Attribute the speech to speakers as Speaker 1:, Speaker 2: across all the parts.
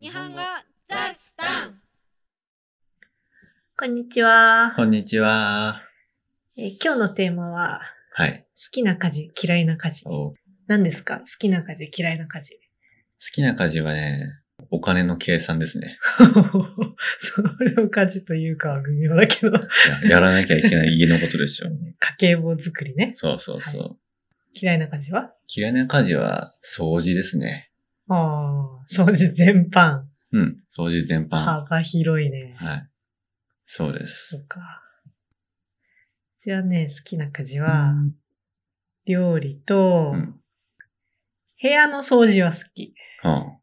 Speaker 1: 日本語ザスタン
Speaker 2: こんにちは、
Speaker 3: こんにちは。
Speaker 2: えー今日のテーマは、
Speaker 3: はい。
Speaker 2: 好きな家事、嫌いな家事。
Speaker 3: お好
Speaker 2: 何ですか好きな家事、嫌いな家事。
Speaker 3: きな家事はね、お金の計算ですね。
Speaker 2: それを家事というかは微妙だけど、
Speaker 3: ややらなきゃいけない家のこと ですよ。
Speaker 2: 家計簿作りね。
Speaker 3: そうそうそう。
Speaker 2: 嫌いな家事は
Speaker 3: 嫌いな家事は掃除ですね。
Speaker 2: ああ、掃除全般。
Speaker 3: うん。掃除全般。
Speaker 2: 幅広いね。
Speaker 3: はい。そうです
Speaker 2: そ。うか。うちはね、好きな家事は、料理
Speaker 3: う
Speaker 2: と、
Speaker 3: ん。
Speaker 2: 部屋の掃除は好き。
Speaker 3: は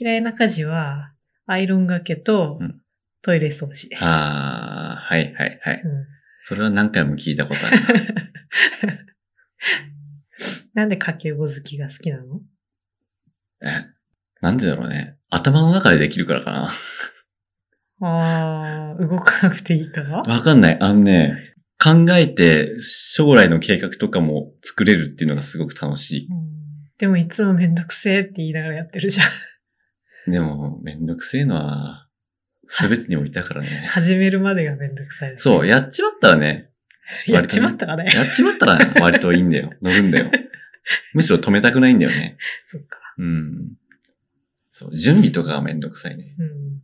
Speaker 2: 嫌いな家事は、アイロンがけと
Speaker 3: うん、
Speaker 2: トイレ掃除。
Speaker 3: あ、あーはいはいはい。
Speaker 2: うん
Speaker 3: それは何回も聞いたことあ る。
Speaker 2: なんで家計簿好きが好きなの
Speaker 3: え、なんでだろうね。頭の中でできるからかな。
Speaker 2: ああ、動かなくていいから
Speaker 3: わかんない。あのね、考えて将来の計画とかも作れるっていうのがすごく楽しい。
Speaker 2: でもいつもめんどくせえって言いながらやってるじゃ ん。
Speaker 3: でも、めんどくせえのは、すべてに置いたからね。
Speaker 2: 始めるまでがめんどくさい。う。
Speaker 3: そう、やっちまったらね、
Speaker 2: やっちまったからね。
Speaker 3: やっちまったらね、割といいんだよ。乗るんだよ。むしろ止めたくないんだよね。
Speaker 2: そっか。
Speaker 3: うん。そう、準備とかがめんどくさいね。
Speaker 2: うん。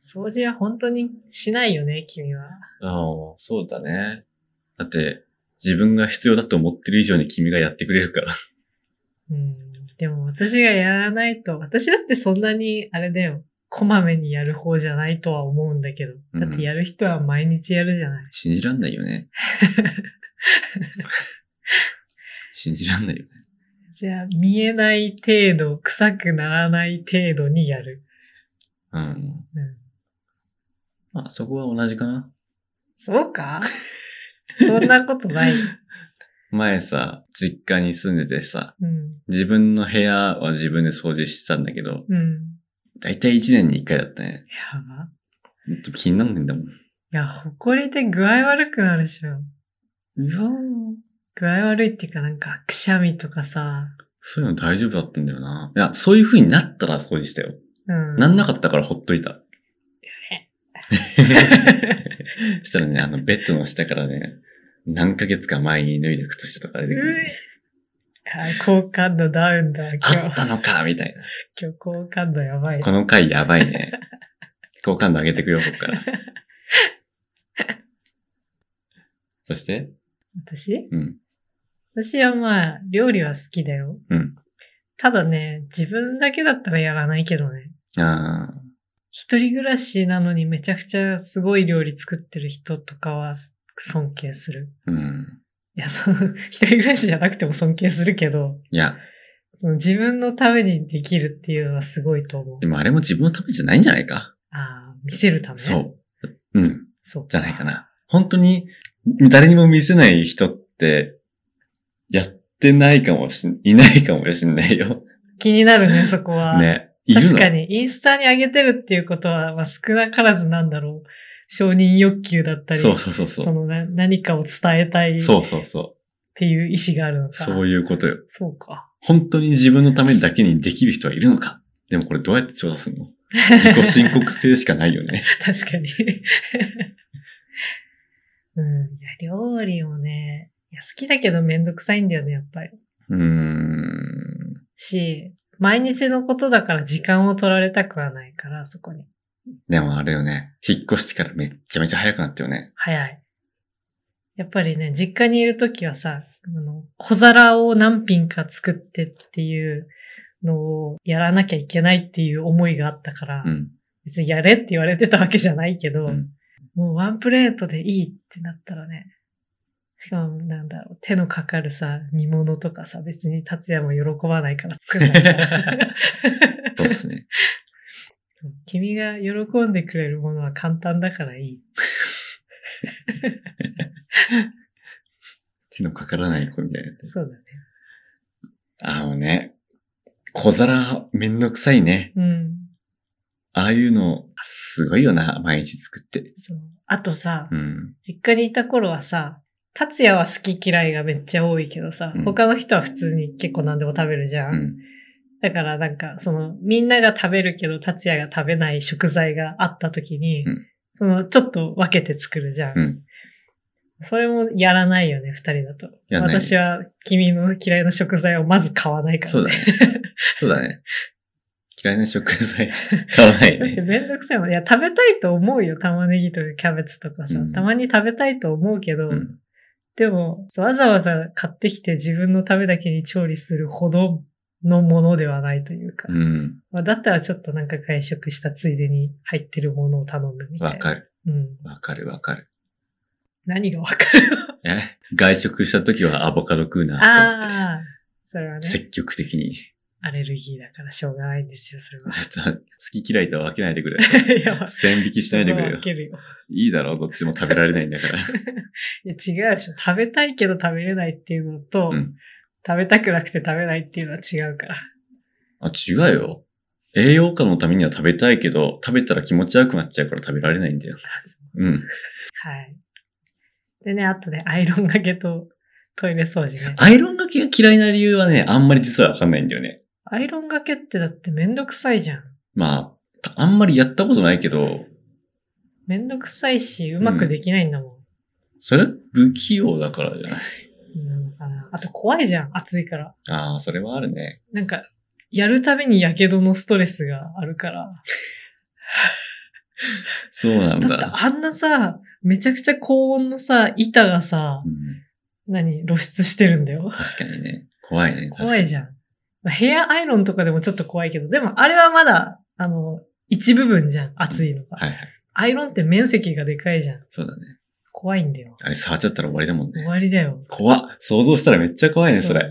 Speaker 2: 掃除は本当にしないよね、君は。
Speaker 3: ああ、そうだね。だって、自分が必要だと思ってる以上に君がやってくれるから。
Speaker 2: うん。でも私がやらないと、私だってそんなに、あれだよ。こまめにやる方じゃないとは思うんだけど。だってやる人は毎日やるじゃない。
Speaker 3: 信じらんないよね。 信じらんないよね。
Speaker 2: じゃあ、見えない程度、臭くならない程度にやる。
Speaker 3: うん。
Speaker 2: うん、
Speaker 3: まあ、そこは同じかな。
Speaker 2: そうかそんなことない。
Speaker 3: 前さ、実家に住んでてさ、
Speaker 2: うん。
Speaker 3: 自分の部屋は自分で掃除してたんだけど、
Speaker 2: うん。
Speaker 3: だいたい1年に1回だったね
Speaker 2: い。やば。
Speaker 3: ほんと気になんねんだもん。
Speaker 2: いや、ほこりで具合悪くなるでしょ。具合悪いっていうか、なんか、くしゃみとかさ。
Speaker 3: そういうの大丈夫だったんだよな。いや、そういう風になったら掃除したよ。
Speaker 2: うん。
Speaker 3: なんなかったからほっといた。そ したらね、あの、ベッドの下からね、何ヶ月か前に脱いだ靴下とか出てくる、
Speaker 2: うえあ好感度ダウンだ、今
Speaker 3: あっ
Speaker 2: 日。
Speaker 3: たのかみたいな。
Speaker 2: 今日好感度やばい。
Speaker 3: この回やばい ね。好感度上げてくよ、こっから。 そして
Speaker 2: 私
Speaker 3: うん。
Speaker 2: 私はまあ、料理は好きだよ。
Speaker 3: うん。
Speaker 2: ただね、自分だけだったらやらないけどね。
Speaker 3: ああ。
Speaker 2: 一人暮らしなのにめちゃくちゃすごい料理作ってる人とかは尊敬する。
Speaker 3: うん。
Speaker 2: いや、その、 一人暮らしじゃなくても尊敬するけど、
Speaker 3: いや、
Speaker 2: その自分のためにできるっていうのはすごいと思う
Speaker 3: で。もあれも自分のためじゃないんじゃないか、
Speaker 2: ああ、見せるため。
Speaker 3: そう。うん。
Speaker 2: そうか。
Speaker 3: じゃないかな。本当に、誰にも見せない人って、やってないかもしん、いないかもしんないよ。
Speaker 2: 気になるね、そこは。
Speaker 3: ね。いるの
Speaker 2: 確か。に、インスタに上げてるっていうことは、まあ、少なからずなんだろう。承認欲求だったり、
Speaker 3: そうそうそうそ。
Speaker 2: そうのな何かを伝えたいっ
Speaker 3: そうそうそ
Speaker 2: ていう意志があるの
Speaker 3: う。
Speaker 2: か。
Speaker 3: そういうことよ。
Speaker 2: そうか。
Speaker 3: 本当に自分のためだけにできる人はいるのかでもこれどうやって調査するの自己申告制しかないよね。
Speaker 2: 確かに。 うん。いや、料理もね、いや好きだけどめんどくさいんだよね、やっぱり。
Speaker 3: うーん。
Speaker 2: し、毎日のことだから時間を取られたくはないから、そこに。
Speaker 3: でもあれよね。引っ越してからめっちゃめちゃ早くなったよね。
Speaker 2: 早い。やっぱりね、実家にいるときはさ、あの、小皿を何品か作ってっていうのをやらなきゃいけないっていう思いがあったから、
Speaker 3: うん。
Speaker 2: 別にやれって言われてたわけじゃないけど、
Speaker 3: うん
Speaker 2: もうワンプレートでいいってなったらね、しかもなんだろう、手のかかるさ、煮物とかさ、別に達也も喜ばないから作んないじゃん。
Speaker 3: そうっすね。
Speaker 2: 君が喜んでくれるものは簡単だからいい。
Speaker 3: 手のかからない子みたいな。
Speaker 2: そうだね。
Speaker 3: あのね、小皿めんどくさいね。
Speaker 2: うん。
Speaker 3: ああいうの、すごいよな、毎日作って。
Speaker 2: そう。あとさ、
Speaker 3: うん。
Speaker 2: 実家にいた頃はさ、達也は好き嫌いがめっちゃ多いけどさ、
Speaker 3: うん
Speaker 2: 他の人は普通に結構何でも食べるじゃん。
Speaker 3: うん。
Speaker 2: だからなんか、その、みんなが食べるけど、達也が食べない食材があった時に、
Speaker 3: うん
Speaker 2: その、ちょっと分けて作るじゃん。
Speaker 3: うん
Speaker 2: それもやらないよね、二人だと。
Speaker 3: やらない
Speaker 2: 私は君の嫌いな食材をまず買わないから、ね。
Speaker 3: そうだね。そうだね。嫌いな食材買わない
Speaker 2: だって
Speaker 3: ね。
Speaker 2: めんどくさいもん。いや、食べたいと思うよ。玉ねぎとかキャベツとかさ。
Speaker 3: うん
Speaker 2: たまに食べたいと思うけど、
Speaker 3: うん。
Speaker 2: でも、わざわざ買ってきて自分のためだけに調理するほどのものではないというか。
Speaker 3: うん。
Speaker 2: まあ、だったらちょっとなんか外食したついでに入ってるものを頼むみたいな。
Speaker 3: わかる。
Speaker 2: うん。
Speaker 3: わかるわかる。
Speaker 2: 何がわかる
Speaker 3: え外食した時はアボカド食うなって思っ
Speaker 2: ああ。それは
Speaker 3: て。
Speaker 2: ね、
Speaker 3: 積極的に。
Speaker 2: アレルギーだからしょうがないんですよ、それは。
Speaker 3: ちょっと、好き嫌いとは分けないでくれ。
Speaker 2: いや
Speaker 3: 線引きしないでくれ
Speaker 2: そこは
Speaker 3: よ
Speaker 2: 分。けるよ。
Speaker 3: いいだろう、どっちも食べられないんだ から。
Speaker 2: いや、違うでしょ。食べたいけど食べれないっていうのと、
Speaker 3: うん。
Speaker 2: 食べたくなくて食べないっていうのは違うから。
Speaker 3: あ、違うよ。栄養価のためには食べたいけど、食べたら気持ち悪くなっちゃうから食べられないんだよ。うん。
Speaker 2: はい。でね、あとね、アイロンがけとトイレ掃除ね。
Speaker 3: アイロンがけが嫌いな理由はね、あんまり実はわかんないんだよね。
Speaker 2: アイロンがけってだってめんどくさいじゃん。
Speaker 3: まあ、たあんまりやったことないけど、
Speaker 2: めんどくさいし、うまくできないんだも
Speaker 3: それは不器用だからじゃない。
Speaker 2: ん。なのかな。あと怖いじゃん、暑いから。
Speaker 3: ああ、それはあるね。
Speaker 2: なんか、やるたびに火傷のストレスがあるから。
Speaker 3: そうなん
Speaker 2: だ
Speaker 3: だ。
Speaker 2: ってあんなさ、めちゃくちゃ高温のさ、板がさ
Speaker 3: う、ん、
Speaker 2: 何、露出してるんだよ。
Speaker 3: 確かにね。怖いね。
Speaker 2: 怖いじ
Speaker 3: ゃん。
Speaker 2: ゃん。まあヘアアイロンとかでもちょっと怖いけど、でもあれはまだ、あの、一部分じゃん、熱いのが。
Speaker 3: はいはい。
Speaker 2: アイロンって面積がでかいじゃん。
Speaker 3: そうだね。
Speaker 2: 怖いんだよ。
Speaker 3: あれ触っちゃったら終わりだもん
Speaker 2: 終
Speaker 3: ね。
Speaker 2: わりだよ。
Speaker 3: 怖っ想像したらめっちゃ怖いね、
Speaker 2: う
Speaker 3: それ。。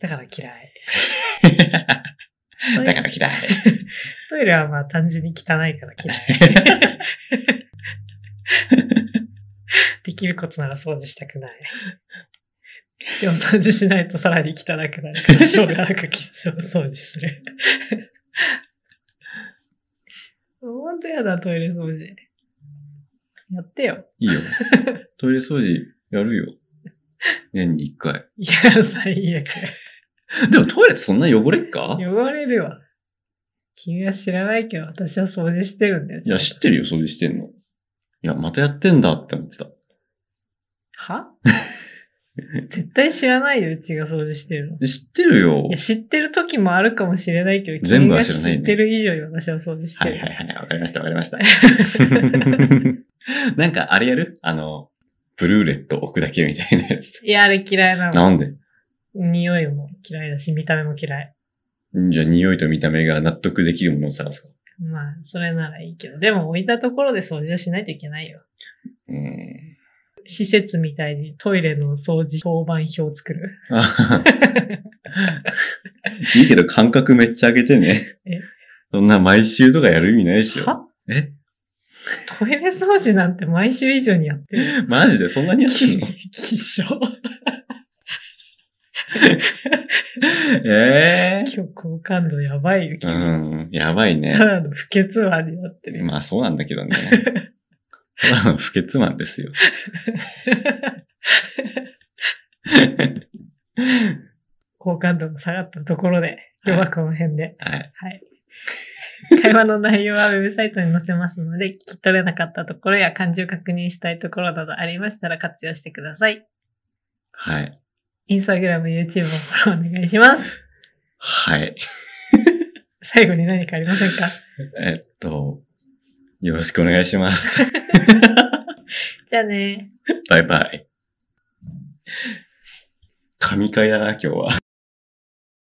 Speaker 2: だから嫌い。
Speaker 3: だから嫌い。
Speaker 2: トイレはまあ単純に汚いから嫌い。 できることなら掃除したくない。でも掃除しないとさらに汚くなるから、しょうがなくき掃除する。 本当やだ、トイレ掃除。やってよ。
Speaker 3: いい よ。トイレ掃除やるよ。年に一回。
Speaker 2: いや、最悪。
Speaker 3: でもトイレってそんな汚れっか
Speaker 2: 汚れるわ。君は知らないけど、私は掃除してるんだよ。
Speaker 3: いや、知ってるよ、掃除してんの。いや、またやってんだって思ってた。
Speaker 2: は 絶対知らないよ、うちが掃除してるの。
Speaker 3: 知ってるよ
Speaker 2: いや、。知ってる時もあるかもしれないけど、
Speaker 3: 全
Speaker 2: 君
Speaker 3: 部は
Speaker 2: が
Speaker 3: 知
Speaker 2: 知
Speaker 3: らないね
Speaker 2: ってる以上に私は掃除して
Speaker 3: は
Speaker 2: る。
Speaker 3: いはいはい。わかりました、わかりました。 なんか、あれやるあの、ブルーレット置くだけみたいな やつ。
Speaker 2: いや、あれ嫌いなの。
Speaker 3: なんで
Speaker 2: 匂いも嫌いだし、見た目も嫌い。
Speaker 3: じゃあ、匂いと見た目が納得できるものを探すか。
Speaker 2: まあ、それならいいけど。でも置いたところで掃除はしないといけないよ。
Speaker 3: うん。
Speaker 2: 施設みたいにトイレの掃除当番表を作る。
Speaker 3: あは はいいけど、感覚めっちゃ上げてね。
Speaker 2: え
Speaker 3: そんな毎週とかやる意味ないでしょ。
Speaker 2: は
Speaker 3: え
Speaker 2: トイレ掃除なんて毎週以上にやってる。
Speaker 3: マジでそんなにやってんの
Speaker 2: 気象。
Speaker 3: ええ
Speaker 2: 今日好感度やばいよ、君。
Speaker 3: うん、やばいね
Speaker 2: た。だの不潔腕になってる よ。
Speaker 3: まあそうなんだけどね。 ただの不潔マンですよ。
Speaker 2: 好感度が下がったところで、今日はこの辺で。
Speaker 3: はい。
Speaker 2: はい。会話の内容はウェブサイトに載せますので、 聞き取れなかったところや漢字を確認したいところなどありましたら活用してください。
Speaker 3: はい。
Speaker 2: インスタグラム、YouTube もフォローお願いします。
Speaker 3: はい。
Speaker 2: 最後に何かありませんか
Speaker 3: えっと、よろしくお願いします。
Speaker 2: じゃあね
Speaker 3: バイバイ。神回だな、今日は。